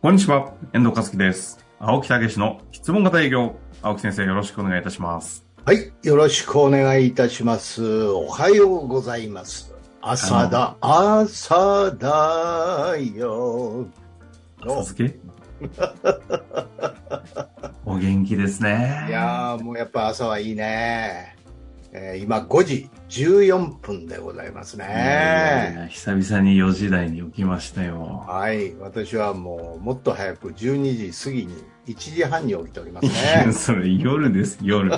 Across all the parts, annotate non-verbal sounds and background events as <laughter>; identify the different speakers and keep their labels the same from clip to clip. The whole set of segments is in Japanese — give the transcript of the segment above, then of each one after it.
Speaker 1: こんにちは、遠藤和樹です。青木武の質問型営業。青木先生、よろしくお願いいたします。
Speaker 2: はい、よろしくお願いいたします。おはようございます。朝だ、朝だよ。の
Speaker 1: 続け <laughs> お元気ですね。
Speaker 2: いやーもうやっぱ朝はいいね。えー今5時14分でございます
Speaker 1: いやい
Speaker 2: ね。
Speaker 1: や久々に4時台に起きましたよ。
Speaker 2: はい、私はもうもっと早く12時過ぎに1時半に起きておりま
Speaker 1: <laughs>
Speaker 2: すね。
Speaker 1: それ夜です、
Speaker 2: <laughs>
Speaker 1: 夜。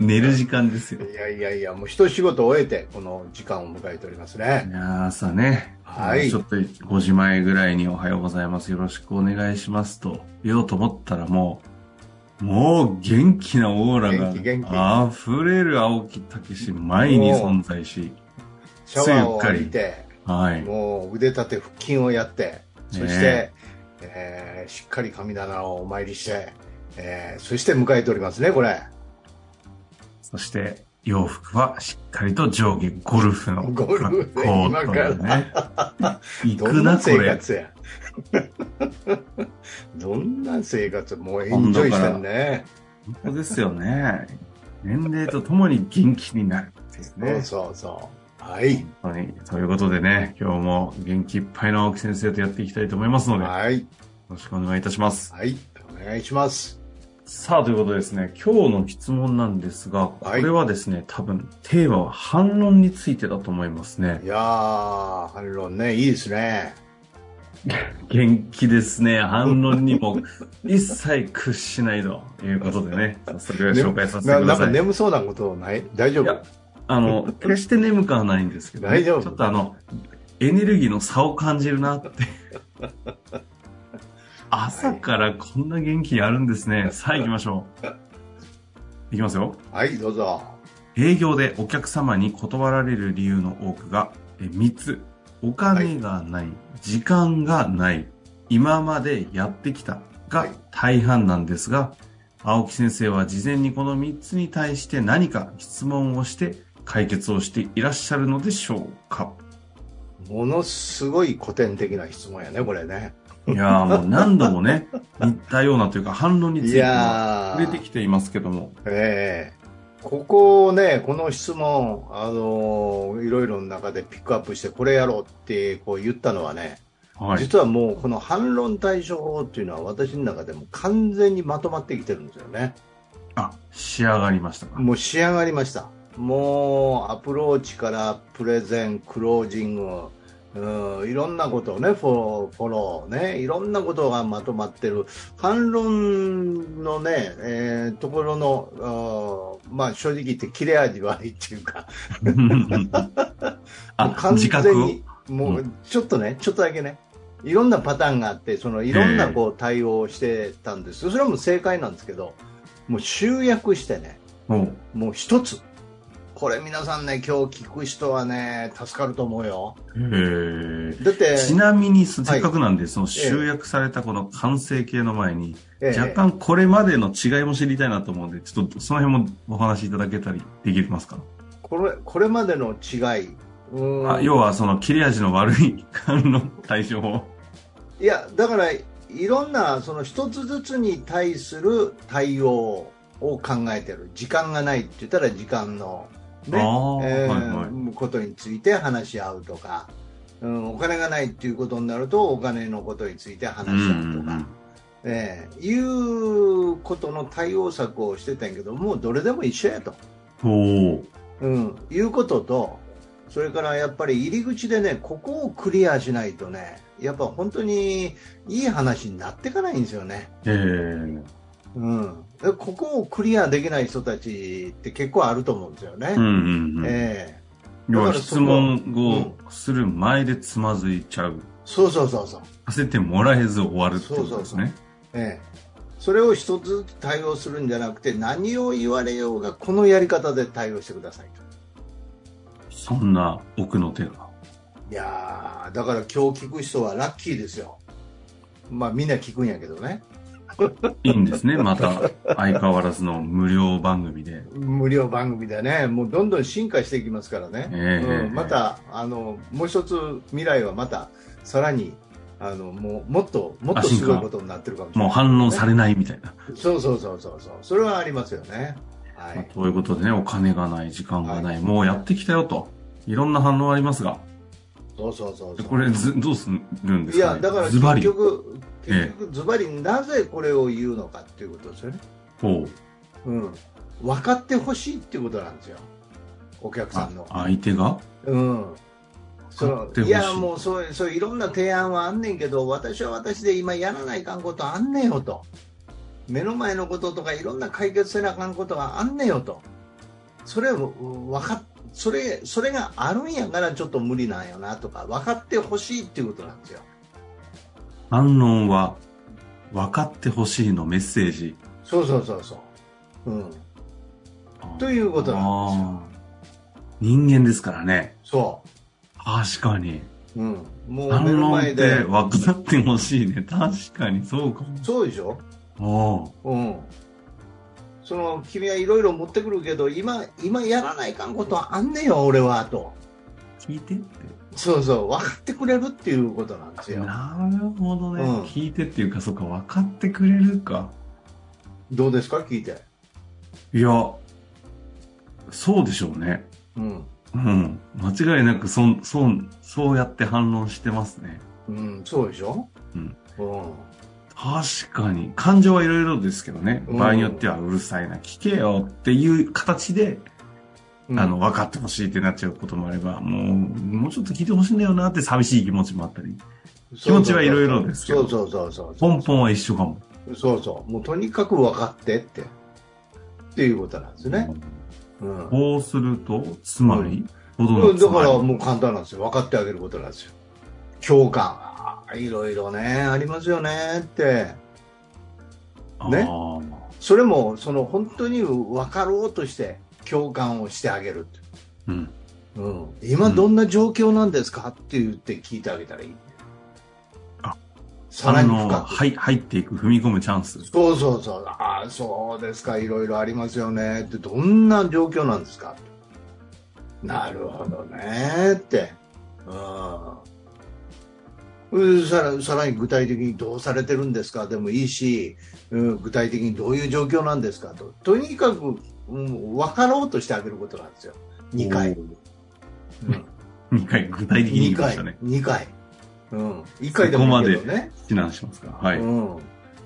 Speaker 1: 寝る時間ですよ。
Speaker 2: いやいやいや、もう一仕事終えてこの時間を迎えておりますね
Speaker 1: い。やー朝ね、
Speaker 2: はい
Speaker 1: ちょっと5時前ぐらいにおはようございます、よろしくお願いしますと言おうと思ったらもう、もう元気なオーラ
Speaker 2: 元気元気
Speaker 1: が溢れる青木武し前に存在し、
Speaker 2: シャワーを浴びて。
Speaker 1: はい。
Speaker 2: もう腕立て腹筋をやって、そして、
Speaker 1: ね
Speaker 2: えーしっかり神棚をお参りして、えーそして迎えておりますね、これ。
Speaker 1: そして洋服はしっかりと上下ゴルフの
Speaker 2: ゴルフ
Speaker 1: 格好というね。行
Speaker 2: ど
Speaker 1: く
Speaker 2: ん
Speaker 1: な、
Speaker 2: な
Speaker 1: こ
Speaker 2: 生
Speaker 1: れ。
Speaker 2: 活や。 <laughs> どんな生活、もうエンジョイしてんね。
Speaker 1: 本当ですよね。年齢とともに元気になるっていうね。
Speaker 2: そうそうそう。はい。
Speaker 1: 本当に。ということでね、今日も元気いっぱいの青木先生とやっていきたいと思いますので、よ
Speaker 2: はい。
Speaker 1: ろしくお願いいたします。
Speaker 2: はい。お願いします。
Speaker 1: さあ、ということでですね、今日の質問なんですが、こ
Speaker 2: はい
Speaker 1: れはですね、多分、テーマは反論についてだと思いますね
Speaker 2: い。やー、反論ね、いいですね。
Speaker 1: 元気ですね。反論にも一切屈しないということで
Speaker 2: <laughs>
Speaker 1: ね、早速紹介させて
Speaker 2: な
Speaker 1: く
Speaker 2: な
Speaker 1: だ
Speaker 2: んか
Speaker 1: さい。
Speaker 2: 眠そうなことない大丈
Speaker 1: いや
Speaker 2: 夫
Speaker 1: あの、決して眠くはないんですけどね、
Speaker 2: 大丈夫
Speaker 1: ちょっとあの、エネルギーの差を感じるなって。朝からこんな元気あるんですね。さあ行きましょう。いきますよ。
Speaker 2: はい、どうぞ。
Speaker 1: 営業でお客様に断られる理由の多くが、え3つ。お金がない、時間がない、今までやってきた
Speaker 2: は
Speaker 1: が
Speaker 2: い
Speaker 1: 大半なんですが、青木先生は事前にこの3つに対して何か質問をして解決をしていらっしゃるのでしょう
Speaker 2: <laughs>
Speaker 1: か
Speaker 2: ものすごい古典的な質問やね、これね。
Speaker 1: いやーもう何度もね、似たようなというか反論につい
Speaker 2: い
Speaker 1: ても
Speaker 2: や
Speaker 1: 触れてきていますけども。
Speaker 2: ええここをね、この質問、あのーいろいろの中でピックアップして、これやろうってこう言ったのはね、
Speaker 1: はい。
Speaker 2: 実はもうこの反論対処法っていうのは私の中でも完全にまとまってきてるんですよね。
Speaker 1: あ、仕上がりましたか。
Speaker 2: もう仕上がりました。もうアプローチからプレゼン、クロージング、うん、いろんなことをね、フォフォローね、いろんなことがまとまってる。反論のね、えーところの、あーまあ正直言って切れ味悪いっていうか、もう
Speaker 1: <laughs> あ、自覚を。
Speaker 2: もうちょっとね、ちょっとだけね、いろんなパターンがあって、そのいろんなこう対応をしてたんです。それはもう正解なんですけど、もう集約してね、
Speaker 1: おう
Speaker 2: もう一つ。これ皆さんね、今日聞く人はね、助かると思うよ。
Speaker 1: へー
Speaker 2: だって、
Speaker 1: ちなみに、せ
Speaker 2: はい
Speaker 1: っかくなんで、その集約されたこの完成形の前に、
Speaker 2: ええ
Speaker 1: 若干これまでの違いも知りたいなと思うんで、ちょっとその辺もお話しいただけたりできますか、
Speaker 2: これ、これまでの違い。うーん
Speaker 1: あ要は、その切れ味の悪い感の対処法。
Speaker 2: いや、だから、いろんな、その一つずつに対する対応を考えてる。時間がないって言ったら時間の、ね
Speaker 1: あー、
Speaker 2: えー
Speaker 1: はい
Speaker 2: ことについて話し合うとか、うん、お金がないっていうことになると、お金のことについて話し合うとか。ええいうことの対応策をしてたんやけどもうどれでも一緒やと、
Speaker 1: うんうんおー
Speaker 2: うん、いうこととそれからやっぱり入り口でねここをクリアしないとねやっぱ本当にいい話になっていかないんですよね、
Speaker 1: えー
Speaker 2: うん、でここをクリアできない人たちって結構あると思うんですよね、
Speaker 1: うんうんうん
Speaker 2: え
Speaker 1: 要
Speaker 2: だ
Speaker 1: は
Speaker 2: からそ
Speaker 1: 質
Speaker 2: こ
Speaker 1: 問をする前でつまずいちゃう。
Speaker 2: えそうそうそうそ
Speaker 1: さ
Speaker 2: う
Speaker 1: せてもらえず終わるってことですね。
Speaker 2: ええ、それを一つずつ対応するんじゃなくて何を言われようがこのやり方で対応してくださいと。
Speaker 1: そんな奥の手が。
Speaker 2: いやーだから今日聞く人はラッキーですよ。まあみんな聞くんやけどね。
Speaker 1: いいんです
Speaker 2: <laughs>
Speaker 1: ね、また。相変わらずの無料番組で。
Speaker 2: 無料番組でね、もうどんどん進化していきますからね。
Speaker 1: ええ
Speaker 2: うんまた、あの、もう一つ未来はまた、さらに、あのもうもっともっとすごいことになってるかもしれない、
Speaker 1: もう反論されないみたいな。
Speaker 2: そうそうそうそうそうそれはありますよねは
Speaker 1: まあ
Speaker 2: い
Speaker 1: ということでね、お金がない、時間がない、
Speaker 2: はい
Speaker 1: もうやってきたよと。いろんな反応ありますが、
Speaker 2: そうそうそうそう
Speaker 1: これず、どうするんで
Speaker 2: い
Speaker 1: すか、
Speaker 2: や
Speaker 1: ね、
Speaker 2: だから
Speaker 1: ズバ
Speaker 2: 結
Speaker 1: リ。
Speaker 2: 局
Speaker 1: ええ
Speaker 2: 結局ズバリなぜこれを言うのかっていうことですよね、
Speaker 1: ほう
Speaker 2: うん、分かってほしいっていうことなんですよお客さ
Speaker 1: あ
Speaker 2: んの
Speaker 1: 相手が
Speaker 2: うんそ
Speaker 1: 買ってほしい
Speaker 2: のいやもうそうそういろんな提案はあんねんけど私は私で今やらないかんことあんねんよと目の前のこととかいろんな解決せなあかんことがあんねんよとそれをうんわかっそれそれがあるんやからちょっと無理なんよなとか分かってほしいっていうことなんですよ
Speaker 1: 反論は、分かってほしいのメッセージ。
Speaker 2: そうそうそうそう、うん、ということなんで
Speaker 1: あー人間ですからね。
Speaker 2: すよそ
Speaker 1: 確かに。
Speaker 2: う、うん、もう目
Speaker 1: 反
Speaker 2: の
Speaker 1: 論
Speaker 2: 前
Speaker 1: って
Speaker 2: で
Speaker 1: 分かってほしいね。確かに、そうか
Speaker 2: そうでしょ
Speaker 1: も。
Speaker 2: うん、その君はいろいろ持ってくるけど今今やらないかんことはあんねんよ俺はと
Speaker 1: ああ。聞いてっ
Speaker 2: そうそう分かってくれるっていうことなんです
Speaker 1: て。
Speaker 2: よ
Speaker 1: なるほどね、
Speaker 2: うん
Speaker 1: 聞いてっていうか、そうか、分かってくれるか。
Speaker 2: どうですか聞いて、
Speaker 1: いや、そうでしょうね。
Speaker 2: うん
Speaker 1: うん。間違いなく、そん、そん、そうやって反論してますね。
Speaker 2: うん、そうでしょ、
Speaker 1: うん
Speaker 2: うん
Speaker 1: 確かに。感情はいろいろですけどね。
Speaker 2: うん
Speaker 1: 場合によってはうるさいな、聞けよっていう形で、
Speaker 2: うん、
Speaker 1: あの、分かってほしいってなっちゃうこともあれば、もう、もうちょっと聞いてほしいんだよなって寂しい気持ちもあったり。気持ちはいろいろですけど
Speaker 2: そうそうそうそう
Speaker 1: ポンポンは一緒かも。
Speaker 2: そうそうもうとにかく分かってってっていうことなんですね、うん
Speaker 1: こうすると、つまり、ほど
Speaker 2: う
Speaker 1: の
Speaker 2: ん、
Speaker 1: つ
Speaker 2: だか
Speaker 1: ま
Speaker 2: ら
Speaker 1: り。
Speaker 2: もう簡単なんですよ分かってあげることなんですよ共感あーいろいろねありますよねってね
Speaker 1: あー
Speaker 2: それもその本当に分かろうとして共感をしてあげるって、
Speaker 1: うん。
Speaker 2: うん、今どんな状況なんですかって言って聞いてあげたらいい
Speaker 1: あ
Speaker 2: さらに
Speaker 1: あの
Speaker 2: 深く
Speaker 1: はい、入っていく、踏み込むチャンス。
Speaker 2: そうそうそうああそうですかいろいろありますよねってどんな状況なんですかなるほどねってうんうんさらさらに具体的にどうされてるんですかでもいいし、うん、具体的にどういう状況なんですかととにかく、うん、分かろうとしてあげることなんですよ2回、
Speaker 1: おー
Speaker 2: うん、
Speaker 1: 2回、具体的に言い
Speaker 2: 2
Speaker 1: まし
Speaker 2: 回
Speaker 1: たね。
Speaker 2: 2回、うん、1回でもいいけどね
Speaker 1: 避難しますか。はい。
Speaker 2: うん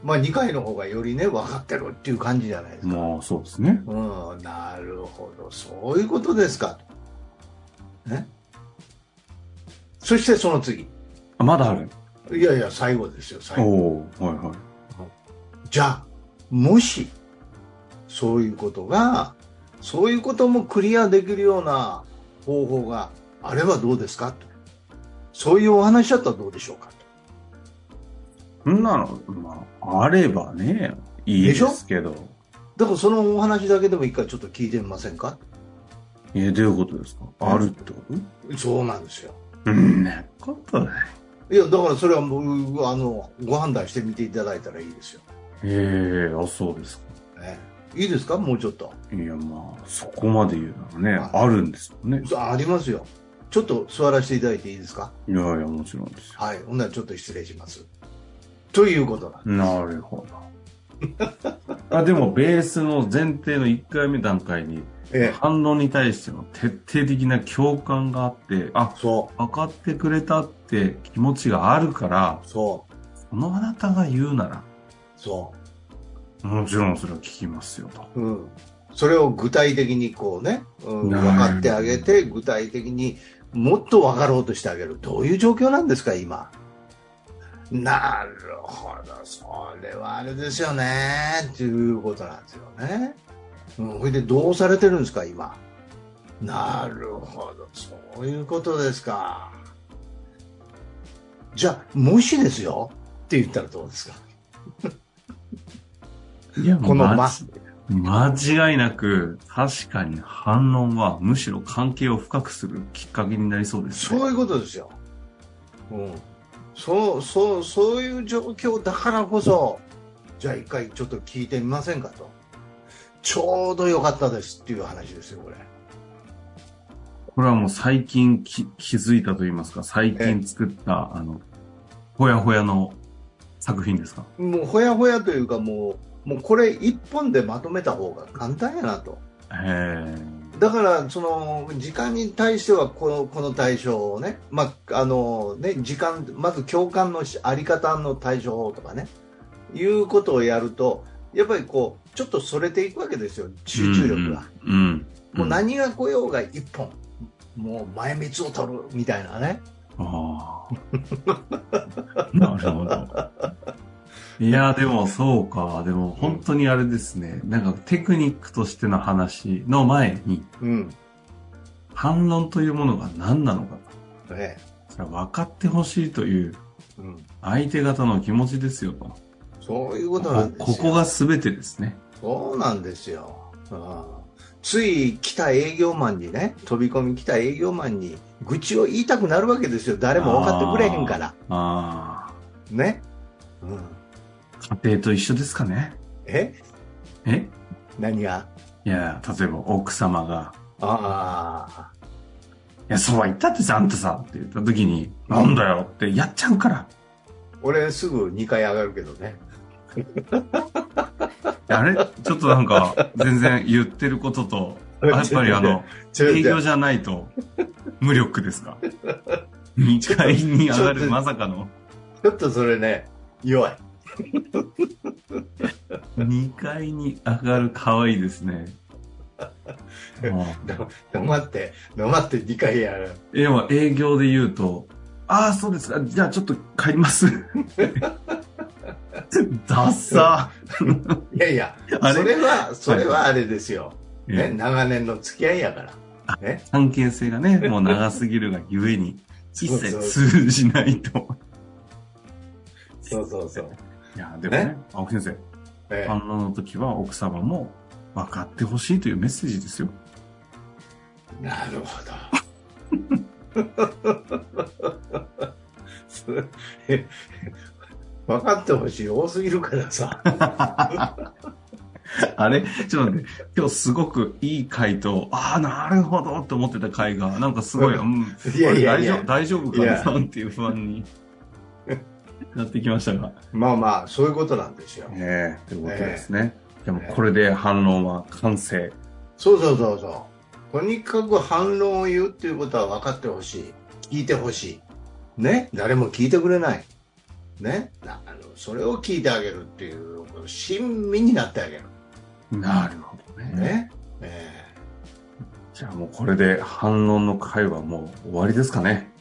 Speaker 2: まあ、2回の方がよりね分かってるっていう感じじゃないですか、
Speaker 1: まあ、そうですね。
Speaker 2: うん、なるほど、そういうことですか。ね。そしてその次。
Speaker 1: あまだある。
Speaker 2: いやいや、最後ですよ、最後。
Speaker 1: おおはいはい。
Speaker 2: じゃあ、もし、そういうことが、そういうこともクリアできるような方法があればどうですかと。そういうお話だったらどうでしょうかと。
Speaker 1: そんなの、まあ、あればね、いいですけど。
Speaker 2: だからそのお話だけでも一回ちょっと聞いてみませんか
Speaker 1: え、どういうことですかあるってこと
Speaker 2: そうなんですよ。
Speaker 1: うん、なことない。
Speaker 2: いや、だからそれはもう、あの、ご判断してみていただいたらいいですよ。
Speaker 1: ええあ、そうですか。
Speaker 2: ね、いいですか、もうちょっと。
Speaker 1: いや、まあ、そこまで言うならね、
Speaker 2: はい
Speaker 1: あるんですよね。
Speaker 2: そうありますよ。ちょっと座らせていただいていいですか。
Speaker 1: いやいや、もちろんですよ。
Speaker 2: はい、ほんならちょっと失礼します。ということなん
Speaker 1: なるほど。 <laughs> あでも、ベースの前提の1回目段階に、
Speaker 2: え
Speaker 1: 反論に対しての徹底的な共感があって、あ、
Speaker 2: そ
Speaker 1: 分かってくれたって気持ちがあるから
Speaker 2: う、、そう、
Speaker 1: このあなたが言うなら、
Speaker 2: そ
Speaker 1: もちろんそれは聞きますよと。
Speaker 2: う、うん。それを具体的にこうね、うん、分
Speaker 1: なるほど
Speaker 2: かってあげて、具体的にもっと分かろうとしてあげる。どういう状況なんですか、今。なるほど、それはあれですよね、っていうことなんですよね。うん、それでどうされてるんですか、今。なるほど、そういうことですか。じゃあ、もしですよって言ったらどうですか。
Speaker 1: いや、
Speaker 2: この
Speaker 1: ま
Speaker 2: ま
Speaker 1: 間違いなく、確かに反論はむしろ関係を深くするきっかけになりそうです、ね。
Speaker 2: そういうことですよ。うん。そう、そう、そういう状況だからこそ、じゃあ一回ちょっと聞いてみませんかと。ちょうど良かったですっていう話ですよ、これ。
Speaker 1: これはもう最近き気づいたと言いますか、最近作った、あの、ほやほやの作品ですか
Speaker 2: もうほやほやというかもうもうこれ一本でまとめた方が簡単やなと
Speaker 1: へえ。
Speaker 2: だからその時間に対してはこのこの対象をね,、まああのね時間まず共感のしあり方の対処法とかねいうことをやるとやっぱりこうちょっとそれていくわけですよ集中力が、
Speaker 1: うんうん。うん
Speaker 2: もう何が来ようが一本もう前みつを取るみたいなね
Speaker 1: あ
Speaker 2: <laughs>
Speaker 1: あ。なるほど。いや、でもそうか。でも本当にあれですね。なんかテクニックとしての話の前に、
Speaker 2: うん
Speaker 1: 反論というものが何なのか。
Speaker 2: ね
Speaker 1: それは分かってほしいという
Speaker 2: うん、
Speaker 1: 相手方の気持ちですよと。
Speaker 2: そういうことなん
Speaker 1: こ
Speaker 2: ですよ
Speaker 1: ここが全てですね。
Speaker 2: そうなんですよ、うん、つい来た営業マンにね飛び込み来た営業マンに愚痴を言いたくなるわけですよ誰も分かってくれへんから
Speaker 1: あ
Speaker 2: ね、うん、
Speaker 1: あ。家庭と一緒ですかね。
Speaker 2: え
Speaker 1: え
Speaker 2: 何が
Speaker 1: いや、例えば奥様が、
Speaker 2: ああ
Speaker 1: いや、そうは言ったってさ、あんたさ、って言った時に、なんだよってやっちゃうから。
Speaker 2: 俺すぐ2階上がるけどね
Speaker 1: あれちょっとなんか、全然言ってること <laughs> と、やっぱりあの、
Speaker 2: ちょ
Speaker 1: 営
Speaker 2: ちょ
Speaker 1: 業じゃないと、無力ですか ?2 階に上が
Speaker 2: ちょっ
Speaker 1: る
Speaker 2: と
Speaker 1: まさか <laughs> の、
Speaker 2: ちょっとそれね弱い
Speaker 1: 2階に上がる可愛いです <laughs> ね。もう
Speaker 2: 黙って黙って2階やる
Speaker 1: え、でも営業で言うと、ああ、そうですか。じゃあちょっと帰り <laughs> ます。ダッサ
Speaker 2: いやいや
Speaker 1: あ
Speaker 2: そ
Speaker 1: れ
Speaker 2: れはそれはあれですよ、ね
Speaker 1: え
Speaker 2: 長年の付き合いやから
Speaker 1: 関係性がね、もう長すぎるがゆえ <laughs> に、一切通じないと。
Speaker 2: そうそうそう、
Speaker 1: いや、でもね
Speaker 2: ね、
Speaker 1: 青木先
Speaker 2: え
Speaker 1: 生、
Speaker 2: え
Speaker 1: 反応の時は奥様も分かってほしいというメッセージですよ。
Speaker 2: なるほど。 <laughs> それ分かってほしい多すぎるからさ。
Speaker 1: あれちょっと待って、今日すごくいい回と、ああ、なるほどって思ってた回が、なんかすごい、うん、
Speaker 2: いやいやい
Speaker 1: これ
Speaker 2: や。
Speaker 1: 大丈夫大丈夫
Speaker 2: い
Speaker 1: かなっていう不安になってきましたが。
Speaker 2: まあまあそういうことなんですよ。
Speaker 1: ねえ、ということと
Speaker 2: で
Speaker 1: ですすね。でもこれで反論は完成。
Speaker 2: そうそうそうそう。とにかく反論を言うっていうことは分かってほしい。聞いてほしい。ね。誰も聞いてくれない。ね。なあのそれを聞いてあげるっていう、親身になってあげる。
Speaker 1: なるほどね。
Speaker 2: ね。え
Speaker 1: じゃあもうこれで反論の回はもう終わりですかね。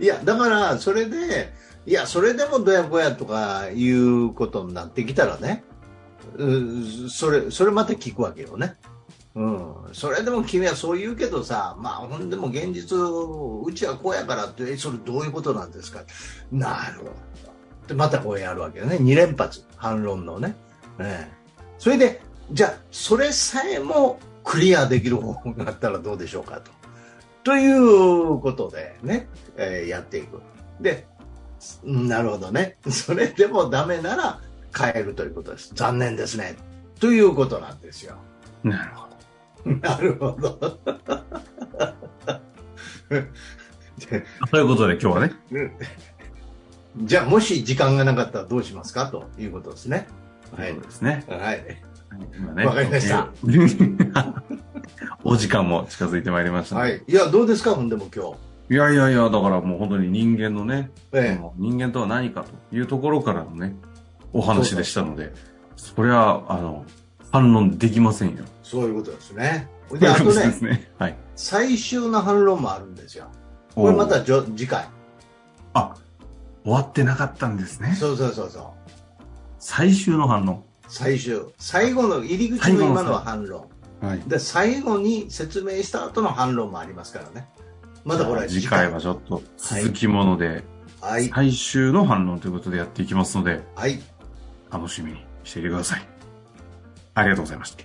Speaker 2: いや、だから、それで、いや、それでもどやこやとかいうことになってきたらね、うんそれ、それまた聞くわけよね。うん、それでも君はそう言うけどさ、まあ、ほんでも現実、うちはこうやからって、えそれどういうことなんですかなるほど。で、またこうやるわけよね。2連発、反論のね。ええそれで、じゃあ、それさえもクリアできる方法があったらどうでしょうかと。ということでね、えーやっていく。で、うんなるほどね。 <laughs> それでもダメなら変えるということです。残念ですね。ということなんですよ。 <laughs>
Speaker 1: なるほど。
Speaker 2: なるほど。
Speaker 1: ということで今日はね、
Speaker 2: じゃあ、もし時間がなかったらどうしますかということですね。
Speaker 1: と
Speaker 2: はいいう
Speaker 1: こ。とですね。
Speaker 2: はい。
Speaker 1: 今ね。
Speaker 2: わかりました
Speaker 1: えー。 <laughs> お時間も近づいてまいりましたね、
Speaker 2: はい。いや、どうですかほんでも今日。
Speaker 1: いやいやいや、だからもう本当に人間のね、
Speaker 2: え
Speaker 1: その人間とは何かというところからのね、お話でしたので、そりゃ、あの、反論できませんよ。
Speaker 2: えそういうことですね。
Speaker 1: と
Speaker 2: で、
Speaker 1: いう
Speaker 2: あ
Speaker 1: ことで
Speaker 2: ね
Speaker 1: す、ね。はい。
Speaker 2: 最終の反論もあるんですよ。これま
Speaker 1: お
Speaker 2: た
Speaker 1: ー
Speaker 2: じょ次回。
Speaker 1: あ、終わってなかったんですね。
Speaker 2: そうそうそうそう。
Speaker 1: 最終の反論。
Speaker 2: 最終最後の入り口の今のは反論
Speaker 1: はい。
Speaker 2: で最後に説明した後の反論もありますからねまだこれ
Speaker 1: 次回はちょっと
Speaker 2: はい
Speaker 1: 続きもので、
Speaker 2: はい
Speaker 1: 最終の反論ということでやっていきますので、
Speaker 2: はい
Speaker 1: 楽しみにしていてください。ありがとうございました。